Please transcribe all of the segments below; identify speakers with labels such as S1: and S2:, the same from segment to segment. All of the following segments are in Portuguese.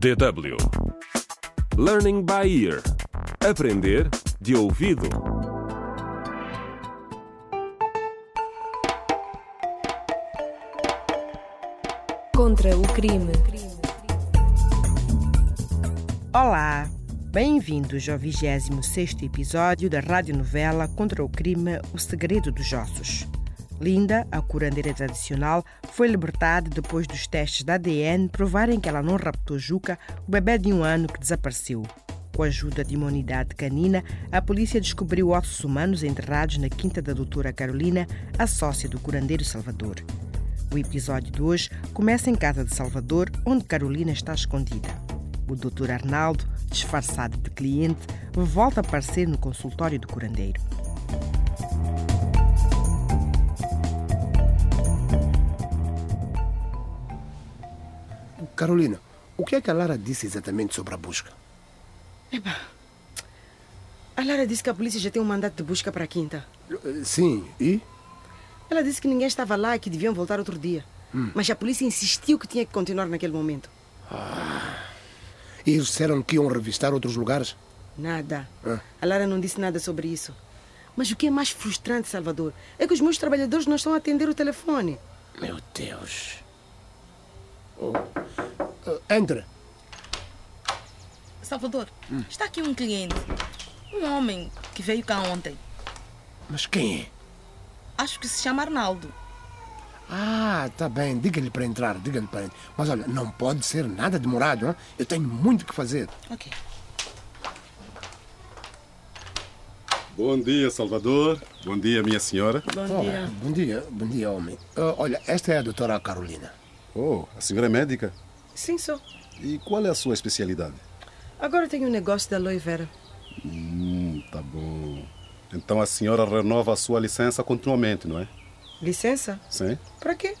S1: DW Learning by Ear Aprender de ouvido
S2: Contra o crime.
S3: Olá! Bem-vindos ao 26 episódio da radionovela Contra o Crime O Segredo dos Ossos. Linda, a curandeira tradicional, foi libertada depois dos testes da ADN provarem que ela não raptou Juca, o bebê de um ano que desapareceu. Com a ajuda de uma unidade canina, a polícia descobriu ossos humanos enterrados na quinta da doutora Carolina, a sócia do curandeiro Salvador. O episódio de hoje começa em casa de Salvador, onde Carolina está escondida. O Dr. Arnaldo, disfarçado de cliente, volta a aparecer no consultório do curandeiro.
S4: Carolina, o que é que a Lara disse exatamente sobre a busca?
S3: A Lara disse que a polícia já tem um mandato de busca para a quinta.
S4: Eh, Sim, e?
S3: Ela disse que ninguém estava lá e que deviam voltar outro dia. Mas a polícia insistiu que tinha que continuar naquele momento.
S4: E eles disseram que iam revistar outros lugares?
S3: Nada. A Lara não disse nada sobre isso. Mas o que é mais frustrante, Salvador, é que os meus trabalhadores não estão a atender o telefone.
S4: Meu Deus. Oh. Eh, Entra. Hum.
S5: Salvador, está aqui um cliente. Um homem que veio cá ontem.
S4: Mas quem é?
S5: Acho que se chama Arnaldo.
S4: Ah, tá bem. Diga-lhe para entrar, diga-lhe para entrar. Mas olha, não pode ser nada demorado, hein? eu tenho muito que fazer.
S5: Ok.
S6: Bom dia, Salvador. Bom dia, minha senhora.
S4: Bom é. dia. bom dia, bom dia, homem. Ah, olha, esta é a doutora Carolina.
S6: Oh, a senhora é médica?
S3: Sim, sou.
S6: E qual é a sua especialidade?
S3: Agora tenho um negócio da Aloe Vera.
S6: Hum, tá bom. Então a senhora renova a sua licença continuamente, não é?
S3: Licença?
S6: Sim?
S3: Para quê?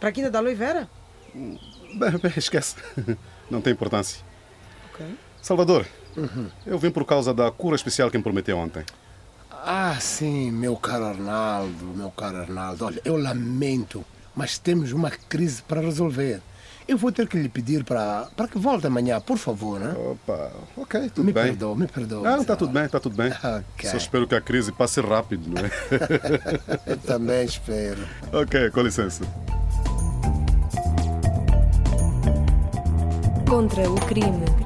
S3: Para a quinta da Aloe Vera?
S6: Bem, bem, esquece. Não tem importância.
S3: Ok.
S6: Salvador, eu vim por causa da cura especial que me prometeu ontem.
S4: Ah, sim, meu caro Arnaldo, meu caro Arnaldo. Olha, eu lamento, mas temos uma crise para resolver. Eu vou ter que lhe pedir para, para que volte amanhã, por favor, né?
S6: Opa, ok, tudo
S4: Me
S6: bem.
S4: perdoa, me perdoa.
S6: Não, tá tudo bem, tá tudo bem.
S4: Ok.
S6: Só espero que a crise passe rápido, não é?
S4: Eu também espero.
S6: ok, com licença.
S2: Contra o crime.